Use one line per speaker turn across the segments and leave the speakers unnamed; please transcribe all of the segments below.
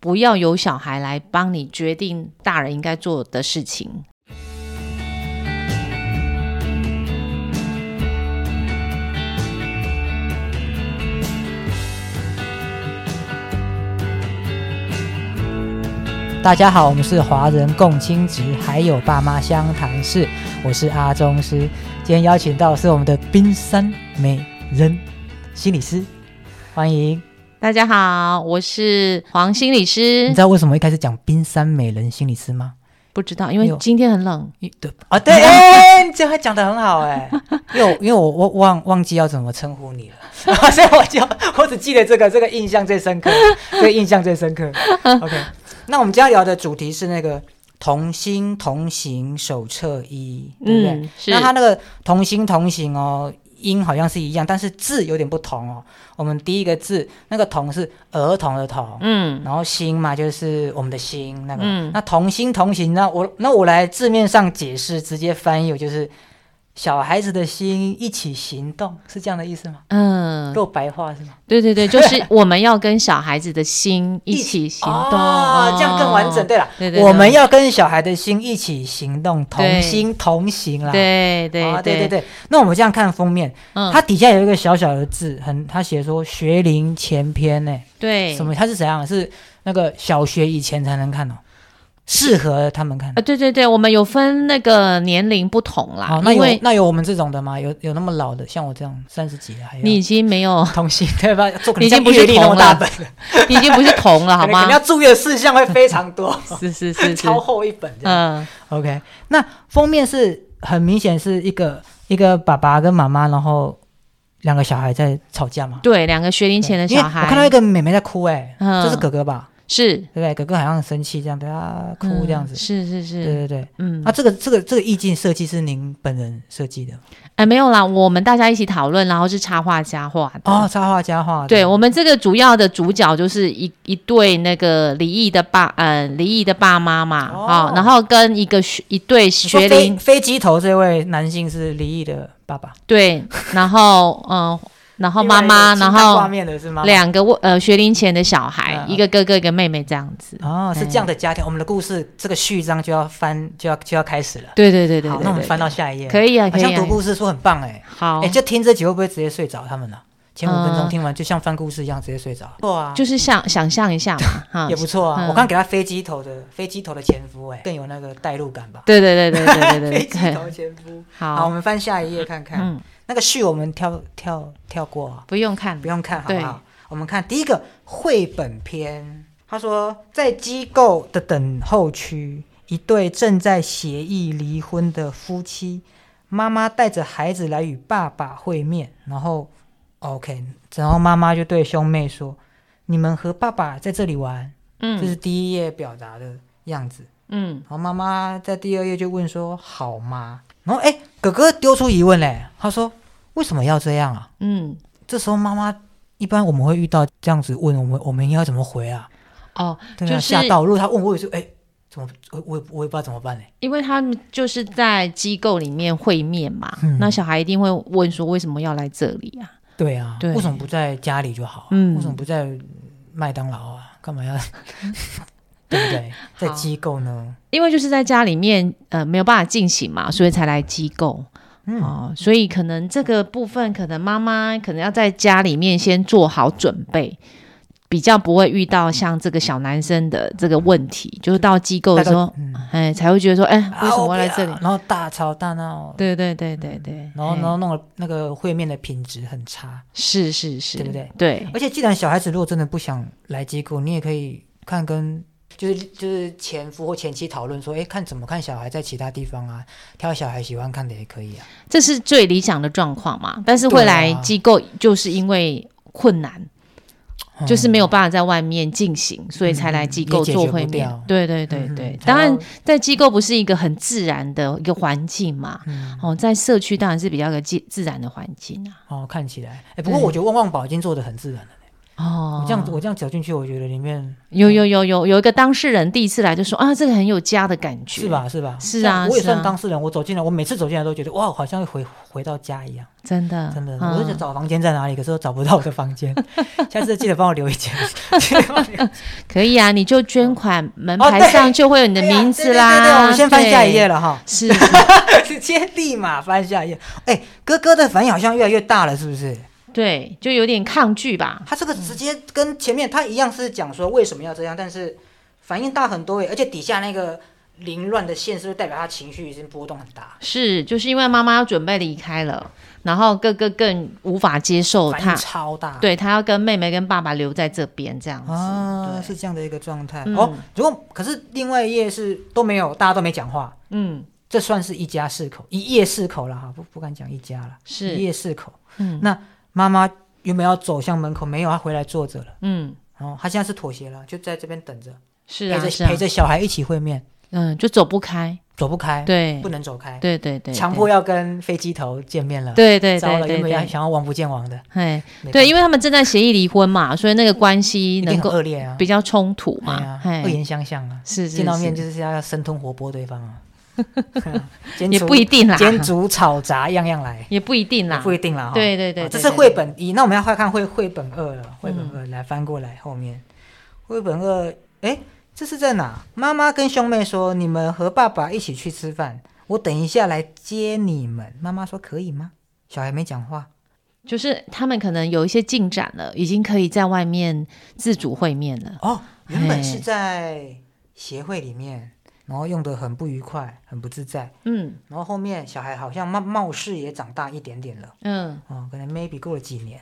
不要由小孩来帮你决定大人应该做的事情。
大家好，我们是华人共青值，还有爸妈湘潭市，我是阿中师。今天邀请到的是我们的冰山美人心理师，欢迎。
大家好，我是黄心理
你
师
知。道为什么一开始讲冰山美人心理师吗？
不知道，因为
有
今天很冷，
因对啊，对，哎、你 这还讲的很好哎、因为我因为我我忘忘记要怎么称呼你了， 所以我就我只记得这个，这个印象最深刻，这个印象最深 刻。OK，那我们今天要聊的主题是那个同心同行手册一，对不对？
嗯，是
那它那个同心同行哦，音好像是一样，但是字有点不同哦。我们第一个字那个同是儿童的童，
嗯
然后心嘛，就是我们的心那个。
嗯
那同心同行，那我那我来字面上解释，直接翻译，我就是小孩子的心一起行动，是这样的意思吗？
嗯，
够白话是吗？
对对对，就是我们要跟小孩子的心一起行动，
哦这样更完整。
对
对了，
对对，
我们要跟小孩的心一起行动，同心同行啦。
对对
啊，对对，对。那我们这样看封面，
嗯，
它底下有一个小小的字，很，它写说学龄前篇呢、
对
什么？它是怎样？是那个小学以前才能看哦，适合他们看。
啊，对对对，我们有分那个年龄不同
好
啦，，
哦那
呃因
有
为
那有我们这种的吗？有有那么老的，像我这样三十几的，还有
你已经没 有，
同性对吧？做可能
你已经
像
不是
阅历那么
同
大
了
本，
你已经不是童了，好
可能可
吗
能？要注意的事项会非常多，
是是 是是，
超厚一本这样。
嗯，
OK，那封面是很明显是一个一个爸爸跟妈妈，然后两个小孩在吵架嘛。
对，两个学龄前的
因为
小孩，
我看到一个妹妹在哭、哎、
嗯
这是哥哥吧？
是
对不对？哥哥好像很生气这样，对啊，哭
嗯
这样子。
是是是
对，对对，啊
嗯
那、，这个这个这个意境设计是您本人设计的吗
哎，没有啦，我们大家一起讨论，然后是插画家画的。
哦，插画家画的。
对我们这个主要的主角就是一一对那个离异的爸，嗯、离异的爸妈嘛，
哦
哦然后跟一个学一对
你说
学
飞
龄，
飞机头这位男性是离异的爸爸，
对，然后嗯、然后妈妈，
另外
然
一个清淡画
后
面的是妈妈。
两个呃学龄前的小孩，
嗯
一个哥哥一个妹妹这样子。
哦，是这样的家庭，我们的故事这个序章就要翻，就要就要开始了。
对对对对
好，
对
那我们
对
翻到下一页。
可以啊，
好
可以
像
啊
读。故事书很棒哎，
好
哎，，就听这集会不会直接睡着他们呢？前五分钟
嗯
听完就像翻故事一样直接睡着，不错啊，
就是想想象一下嘛，哈
也。不错啊。
嗯
我刚给他飞机头的飞机头的前夫哎，更有那个代入感吧。
对对对对对对
飞
对
机
对，
头前夫。好，我
好，
们翻下一页看看。
嗯，
那个序我们跳跳跳过啊，
不用看
不，用看好
对
不好？我们看第一个绘本篇，他说在机构的等候区，一对正在协议离婚的夫妻，妈妈带着孩子来与爸爸会面，然后 OK，然后妈妈就对兄妹说：“你们和爸爸在这里玩。”这
嗯
是第一页表达的样子。
嗯，
然后妈妈在第二页就问说：“好吗？”然后哎，哥哥丢出疑问嘞，他说：“为什么要这样啊
嗯，？”
这时候妈妈一般我们会遇到这样子问我们，我们应该要怎么回啊？
哦，
对啊，
就是
吓到。如果他问我，我也说：“哎，怎么我我也我也不知道怎么办嘞。
因为他们就是在机构里面会面嘛，
嗯
那小孩一定会问说为什么要来这里啊？”
对啊，
对
为什么不在家里就好、啊？
嗯
为什么不在麦当劳啊？干嘛要？ 对不对？在
好
机构呢？
因为就是在家里面呃没有办法进行嘛，所以才来机构。
嗯
哦，所以可能这个部分，可能妈妈可能要在家里面先做好准备，比较不会遇到像这个小男生的这个问题，就是到机构的时候，
嗯，
哎，才会觉得说，哎，为什么要
啊
来这里？
我不要然后大吵大闹，
对对对对对，
然后
哎
然后弄了那个会面的品质很差。
是是是，
对不对？
对，
而且，既然小孩子如果真的不想来机构，你也可以看跟就是就是前夫或前妻讨论说，哎，看怎么看小孩在其他地方啊，挑小孩喜欢看的也可以啊。
这是最理想的状况嘛。但是会来
对啊
机构，就是因为困难，
嗯
就是没有办法在外面进行，所以才来机构
也解决
做会面
不掉。
对对对
嗯
对，
才
当然
要
在机构不是一个很自然的一个环境嘛。
嗯
哦，在社区当然是比较一个自自然的环境啊。
哦，看起来，哎，不过
对
我觉得旺旺宝已经做的很自然了。
哦
我这样子，我这样走进去，我觉得里面
有有有有有一个当事人第一次来就说啊，这个很有家的感觉，
是？吧？是吧？
是
像
啊
我也
是
算
啊
当事人，我走进来，我每次走进来都觉得哇，好像回回到家一样，
真的，
真的。
嗯
我就找房间在哪里，可是我找不到我的房 间，下次记得帮我留一间。记得帮我留一间
可以啊，你就捐款，门
哦
牌
对
上就会 有你的
哎呀
名字
对对对对
啦。
我们先翻下一页
了，
了哈，
是
直接立马翻下一页。哎，哥哥的反应好像越来越大了，是不是？
对，就有点抗拒吧。
他这个直接跟前面他一样是讲说为什么要这样，但是反应大很多耶，而且底下那个凌乱的线是不是代表他情绪已经波动很大？
是，就是因为妈妈要准备离开了，然后哥哥更无法接受
反
哦他
应，超大。
对他要跟妹妹跟爸爸留在这边这样子。
啊，
哦对，
是这样的一个状态、
嗯
哦。如果可是另外一页是都没有，大家都没讲话，
嗯，
这算是一家四口，一夜四口了哈，不不敢讲一家了，一
是，
夜四口。
嗯
那妈妈原本要走向门口，没有，她回来坐着了。
嗯，
然后她现在是妥协了，就在这边等着，
是啊，
陪
是
着
啊
陪，着小孩一起会面，
嗯，就走不开。
走不开，
对
不，能走开，
对对对，
强迫要跟飞机头见面了，
对。对
糟
对
了，
对
原
对
本要
对，
想要王不见王的，
哎，
没办
对，
法
因为他们正在协议离婚嘛，所以那个关系
一
能
定很
够
恶劣啊，
比较冲突
对
嘛
啊，，
哎
恶，言相向啊，
是是
见到面
是
就是要生吞活剥对方 啊，煎
也
煮
不一定啦，
煎煮炒炸样样来，
也不一定 啦，
不一定啦哈。
对对对对
哦这
对
是
对嗯
绘本一，那我们要快看绘绘本二了，绘本二来翻过来后面，绘本二，哎，这是在哪？妈妈跟兄妹说，你们和爸爸一起去吃饭，我等一下来接你们。妈妈说可以吗？小孩没讲话，
就是他们可能有一些进展了，已经可以在外面自主会面了。
哦，原本是
哎
在协会里面，然后用的很不愉快，很不自在。
嗯
然后后面小孩好像貌貌似也长大一点点了，
嗯，
哦，可能 maybe 过了几年，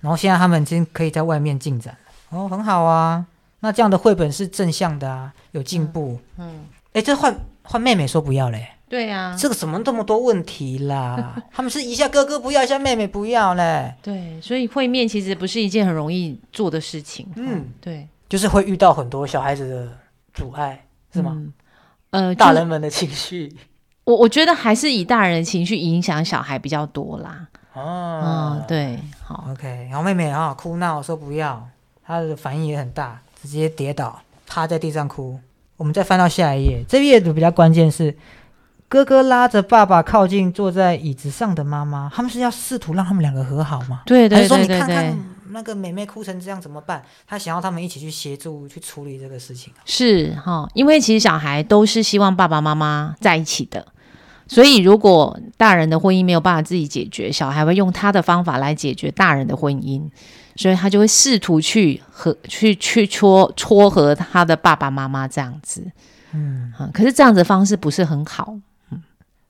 然后现在他们已经可以在外面进展了，哦，很好啊。那这样的绘本是正向的啊，有进步。
嗯，
哎、这换换妹妹说不要嘞，
对啊，
这个怎么这么多问题 啦？他们是一下哥哥不要，一下妹妹不要嘞，
对，所以会面其实不是一件很容易做的事情。哦
嗯，
对，
就是会遇到很多小孩子的阻碍，是吗？
嗯呃，
大
就是
人们的情绪
我我觉得还是以大人的情绪影响小孩比较多啦。
啊，
嗯，。对，好，
OK，然后妹妹啊哭闹说不要，她的反应也很大，直接跌倒，趴在地上哭。我们再翻到下一页，这一页比较关键是，哥哥拉着爸爸靠近坐在椅子上的妈妈，他们是要试图让他们两个和好吗？
对
还
对
是说
对
你
对
看
对
看，那个妹妹哭成这样怎么办？他想要他们一起去协助去处理这个事情。啊
是哈、因为其实小孩都是希望爸爸妈妈在一起的。所以，如果大人的婚姻没有办法自己解决，小孩会用他的方法来解决大人的婚姻，所以他就会试图去和去去撮撮合他的爸爸妈妈这样子。
嗯，
嗯，可是这样子的方式不是很好，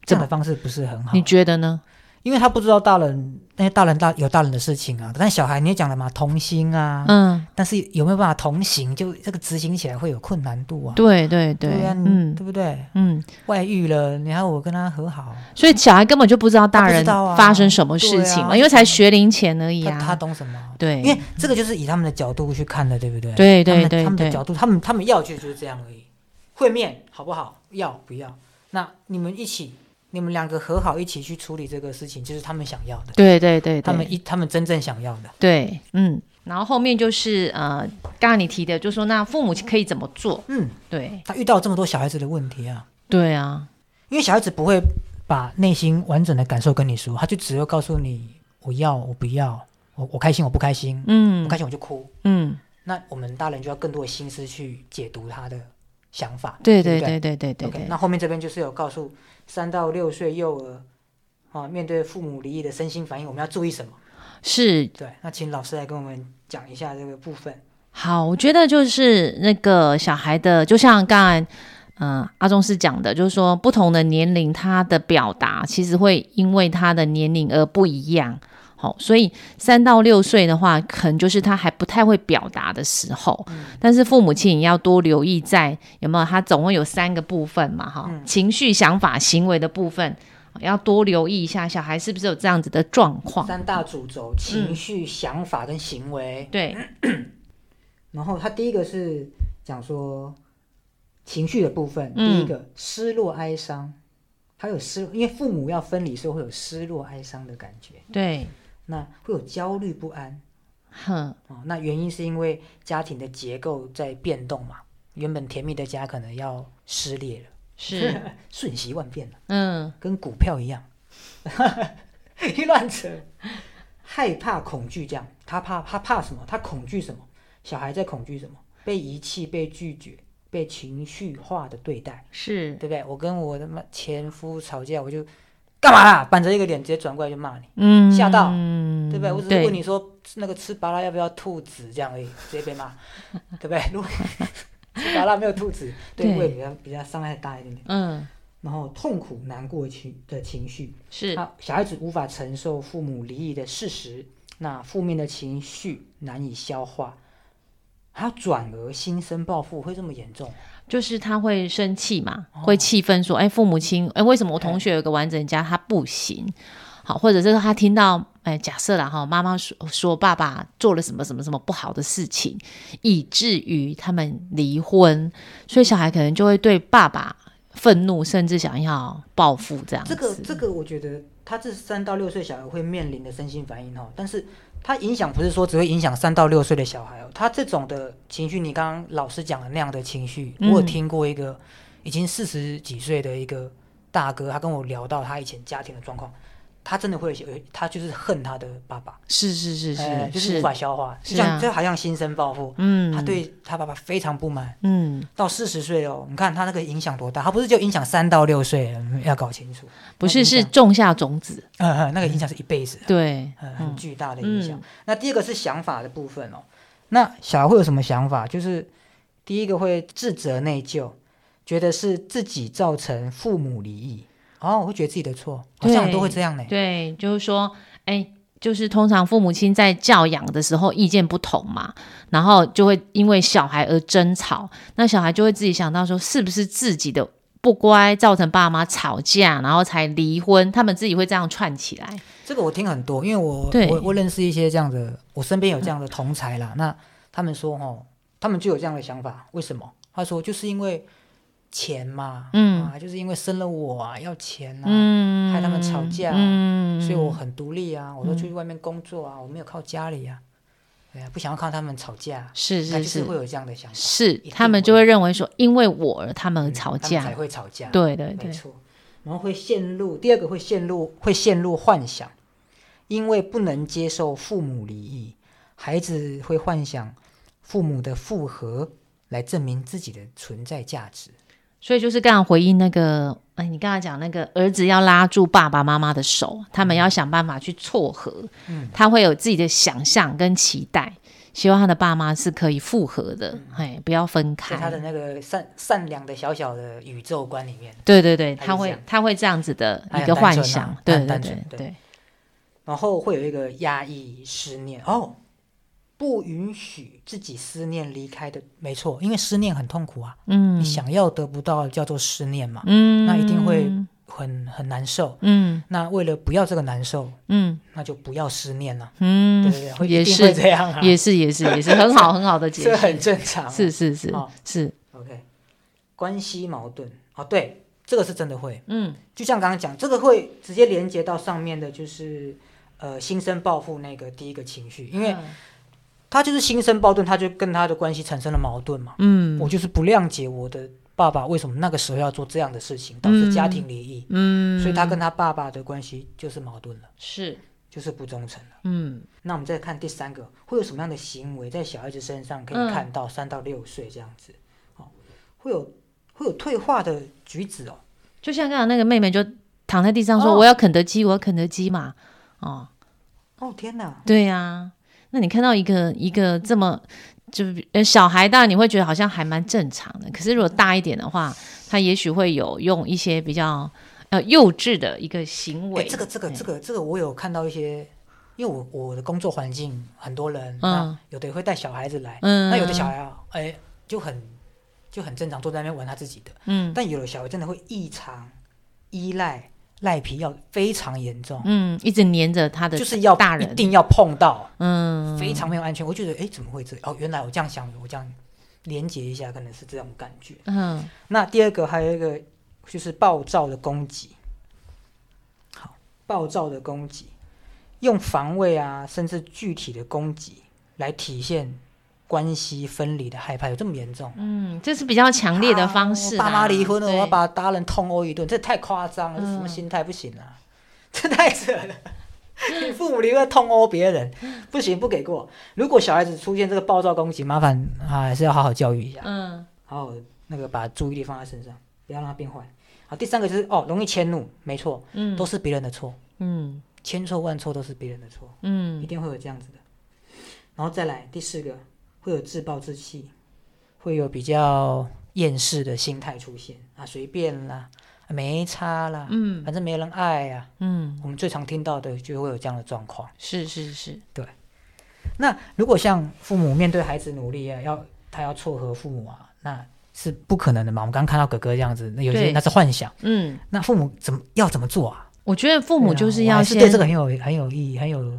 这样的方式不是很好
你，觉得呢？
因为他不知道大人那些大人大有大人的事情啊，但小孩你也讲了嘛，童心啊，
嗯，
但是有没有办法同行，就这个执行起来会有困难度啊。
对对对，
啊，你
嗯
对不对？
嗯，
外遇了，你还要我跟他和好，
所以小孩根本就不知道大
他不知
人
道啊
发生什么事情嘛，
对啊
因为才学龄前而已
他他
啊。
懂什么？
对，
因为这个就是以他们的角度去看的，对不对？
对对
他们
对
他们的
对
角度，他们他们要就就是这样而已。会面好不好？要不要？那你们一起，你们两个和好，一起去处理这个事情，就是他们想要的，
对对对，
他
对
们一他们真正想要的。
对，嗯，然后后面就是呃，刚刚你提的，就说那父母可以怎么做？
嗯，
对，
他遇到这么多小孩子的问题啊，
对啊，
因为小孩子不会把内心完整的感受跟你说，他就只会告诉你我要，我不要，我我开心，我不开心，
嗯
不开心我就哭。
嗯，
那我们大人就要更多的心思去解读他的想法。
对
对
对
不
对对对对
OK，
对，
那后面这边就是有告诉三到六岁幼儿啊，面对父母离异的身心反应，我们要注意什么？
是
对，那请老师来跟我们讲一下这个部分。
好，我觉得就是那个小孩的，就像刚才。嗯，阿宗师讲的，就是说不同的年龄，他的表达其实会因为他的年龄而不一样。好、所以三到六岁的话，可能就是他还不太会表达的时候，但是父母亲也要多留意在有没有他总共有三个部分嘛，哈、情绪、想法、行为的部分，要多留意一下小孩是不是有这样子的状况。
三大主轴：情
嗯
绪、想法跟行为。
对，
然后他第一个是讲说情绪的部分，
嗯
第一个失落、哀伤，还有失，因为父母要分离，所以会有失落、哀伤的感觉，
对，
那会有焦虑不安。
哼，
哦，那原因是因为家庭的结构在变动嘛，原本甜蜜的家可能要撕裂了，
是，
瞬息万变了，
嗯，
跟股票一样， 一乱扯，害怕恐惧这样，他怕他怕什么？他恐惧什么？小孩在恐惧什么？被遗弃、被拒绝、被情绪化的对待，
是
对，不对？我跟我的妈前夫吵架，我就干嘛啦？板着一个脸直接转过来就骂你。
嗯，
吓到
嗯
对不对？我只是问你说那个吃巴拉要不要兔子这样而已，直接被骂，对不对？如果 吃巴拉没有兔子，对
对
胃比较比较伤害大一点点。
嗯，
然后痛苦、难过情的情绪，
是，
啊，小孩子无法承受父母离异的事实，那负面的情绪难以消化，他转而心生报复，会这么严重？
就是他会生气嘛，
哦
会气愤说：“哎，父母亲，哎，为什么我同
哎
学有个完整家他不行？”好，或者是他听到，哎，假设啦哈，妈妈说说爸爸做了什么什么什么不好的事情，以至于他们离婚，所以小孩可能就会对爸爸愤怒，甚至想要报复这样
这
子。
个这个，我觉得他这三到六岁小孩会面临的身心反应哦，但是他影响不是说只会影响三到六岁的小孩哦，他这种的情绪，你刚刚老师讲的那样的情绪，
嗯
我有听过一个已经四十几岁的一个大哥，他跟我聊到他以前家庭的状况，他真的会有，呃他就是恨他的爸爸，
是是是
哎
是
就是无法消化，
是
就像
啊
就好像心生报复，
嗯，
他对他爸爸非常不满。
嗯，
到四十岁哦，你看他那个影响多大？他不是就影响三到六岁，嗯要搞清楚。
不
那
是
影响
是种下种子，
呃，呃那个影响是一辈子的，
对，
呃很
嗯
巨大的影响。那第二个是想法的部分哦。那小孩会有什么想法？就是第一个会自责内疚，觉得是自己造成父母离异，哦，我会觉得自己的错，好像很多会这样呢。
对，就是说，哎，就是通常父母亲在教养的时候意见不同嘛，然后就会因为小孩而争吵，那小孩就会自己想到说，是不是自己的不乖造成爸妈吵架，然后才离婚，他们自己会这样串起来。
这个我听很多，因为我
对
我我认识一些这样的，我身边有这样的同才啦。那他们说哦，他们就有这样的想法，为什么？他说就是因为钱嘛，
嗯
啊，就是因为生了我啊，要钱啊，
嗯，
害他们吵架
嗯，
所以我很独立啊，我都出去外面工作啊，我没有靠家里啊，对啊，不想要靠他们吵架，
是是
那就是
是
会有这样的想法，
是
定，
他们就
会
会认为说，因为我而他们而
嗯
吵
他们
架
才。会吵架，
对对对
没，错。然后会陷入第二个会陷入会陷入幻想，因为不能接受父母离异，孩子会幻想父母的复合来证明自己的存在价值。
所以就是刚刚回应那个，哎，你刚才讲那个儿子要拉住爸爸妈妈的手，他们要想办法去撮合，
嗯
他会有自己的想象跟期待，希望他的爸妈是可以复合的，哎，不要分
在嗯他的
开。
那个善善良的小小的宇宙观里面，
对对对，
他是
他
这
会
样
他会这样子的
他
一
很
个
单
幻
纯啊
想，
他
对
很
对
单
对
纯对
对，
然后会有一个压抑思念哦，不允许自己思念离开的，没错，因为思念很痛苦啊，
嗯
你想要得不到叫做思念嘛，
嗯，
那一定会很很难受。
嗯
那为了不要这个难受，
嗯
那就不要思念了，对不
嗯，
对？会
也
一定会
是
这样啊，
也是也是也是很好很好的 解
这很
释，
正常啊、
是是是
哦
是，
OK，关系矛盾啊、哦，对，这个是真的会，
嗯
就像刚刚讲，这个会直接连接到上面的，就是呃心生报复那个第一个情绪，因为
嗯
他就是心生矛盾，他就跟他的关系产生了矛盾嘛。
嗯
我就是不谅解我的爸爸为什么那个时候要做这样的事情，导致家庭离异，
嗯，
所以他跟他爸爸的关系就是矛盾了，
是
就是不忠诚了。
嗯。
那我们再看第三个，会有什么样的行为在小孩子身上可
嗯
以看到？三到六岁这样子，哦，会有会有退化的举止哦。
就像刚刚那个妹妹就躺在地上说：“
哦
我要肯德基，我要肯德基嘛。”哦，
哦天哪，
对呀、那你看到一个一个这么就是呃小孩，当然你会觉得好像还蛮正常的。可是如果大一点的话，他也许会有用一些比较呃幼稚的一个行
哎，
为。
这个这个这
个，
个这个，我有看到一些，因为我我的工作环境很多人，
嗯
那有的也会带小孩子来，
嗯，
那有的小孩啊，哎、就很就很正常，坐在那边玩他自己的。
嗯，
但有的小孩真的会异常依赖赖皮，要非常严重，
嗯嗯，一直黏着他的，
就是要
大
一
人，
定要碰到，
嗯，
非常没有安全。我觉得哎、诶怎么会这样？哦，原来我这样想，我这样连接一下，可能是这种感觉。
嗯
那第二个还有一个就是暴躁的攻击，好，暴躁的攻击，用防卫啊，甚至具体的攻击来体现关系分离的害怕，有这么严重？
嗯，这是比较强烈的方式
啊
啦。
我爸妈离婚了，我
对嗯
要把大人痛殴一顿，这太夸张了，这什么心态？不行啊， 这太扯了。
嗯
你父母离婚痛殴别人，不行，不给过。如果小孩子出现这个暴躁攻击，麻烦啊，还是要好好教育一下，
嗯
好好那个把注意力放在身上，不要让他变坏。好，第三个就是哦，容易迁怒，没错，
嗯
都是别人的错，
嗯
千错万错都是别人的错。一
嗯
定会有这样子的。然后再来第四个，会有自暴自弃，会有比较厌世的心态出现啊，随便啦，没差啦，
嗯
反正没人爱呀、
嗯，
我们最常听到的就会有这样的状况。
是是是，
那如果像父母面对孩子努力啊，要他要撮合父母啊，那是不可能的嘛。我们刚刚看到哥哥这样子，那有些
对
那是幻想。
嗯，
那父母怎么要怎么做啊？
我觉得父母就是要
对啊我还是
先
对这个很有很有意很有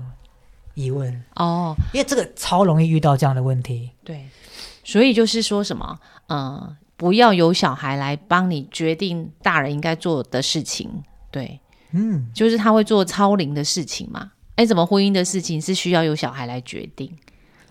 疑问，
哦，
因为这个超容易遇到这样的问题。
对，所以就是说什么，呃，不要由小孩来帮你决定大人应该做的事情，对，
嗯，
就是他会做超龄的事情嘛。哎，怎么婚姻的事情是需要由小孩来决定？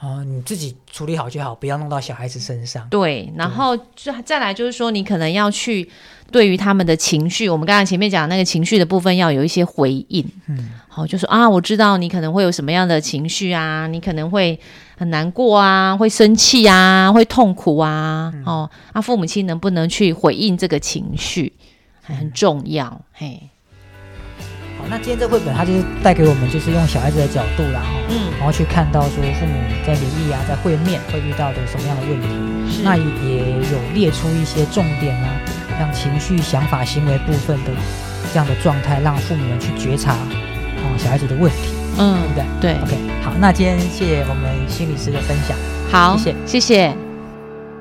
哦，你自己处理好就好，不要弄到小孩子身上。
对，然后再再来就是说，你可能要去对于他们的情绪，我们刚才前面讲那个情绪的部分要有一些回应。
嗯，
好，就说啊，我知道你可能会有什么样的情绪啊，你可能会很难过啊，会生气啊，会痛苦啊，
嗯
哦，啊，父母亲能不能去回应这个情绪，
嗯
还很重要，嘿，
好，那今天这绘本它就是带给我们，就是用小孩子的角度啦，哈，
嗯，
然后去看到说父母在联谊啊，在会面会遇到的什么样的问题，
是
那也有列出一些重点啊，让情绪、想法、行为部分的这样的状态，让父母们去觉察哦小孩子的问题，对
嗯
不，对
对，
？OK，好，那今天谢谢我们心理师的分享，
好，
谢谢
谢谢。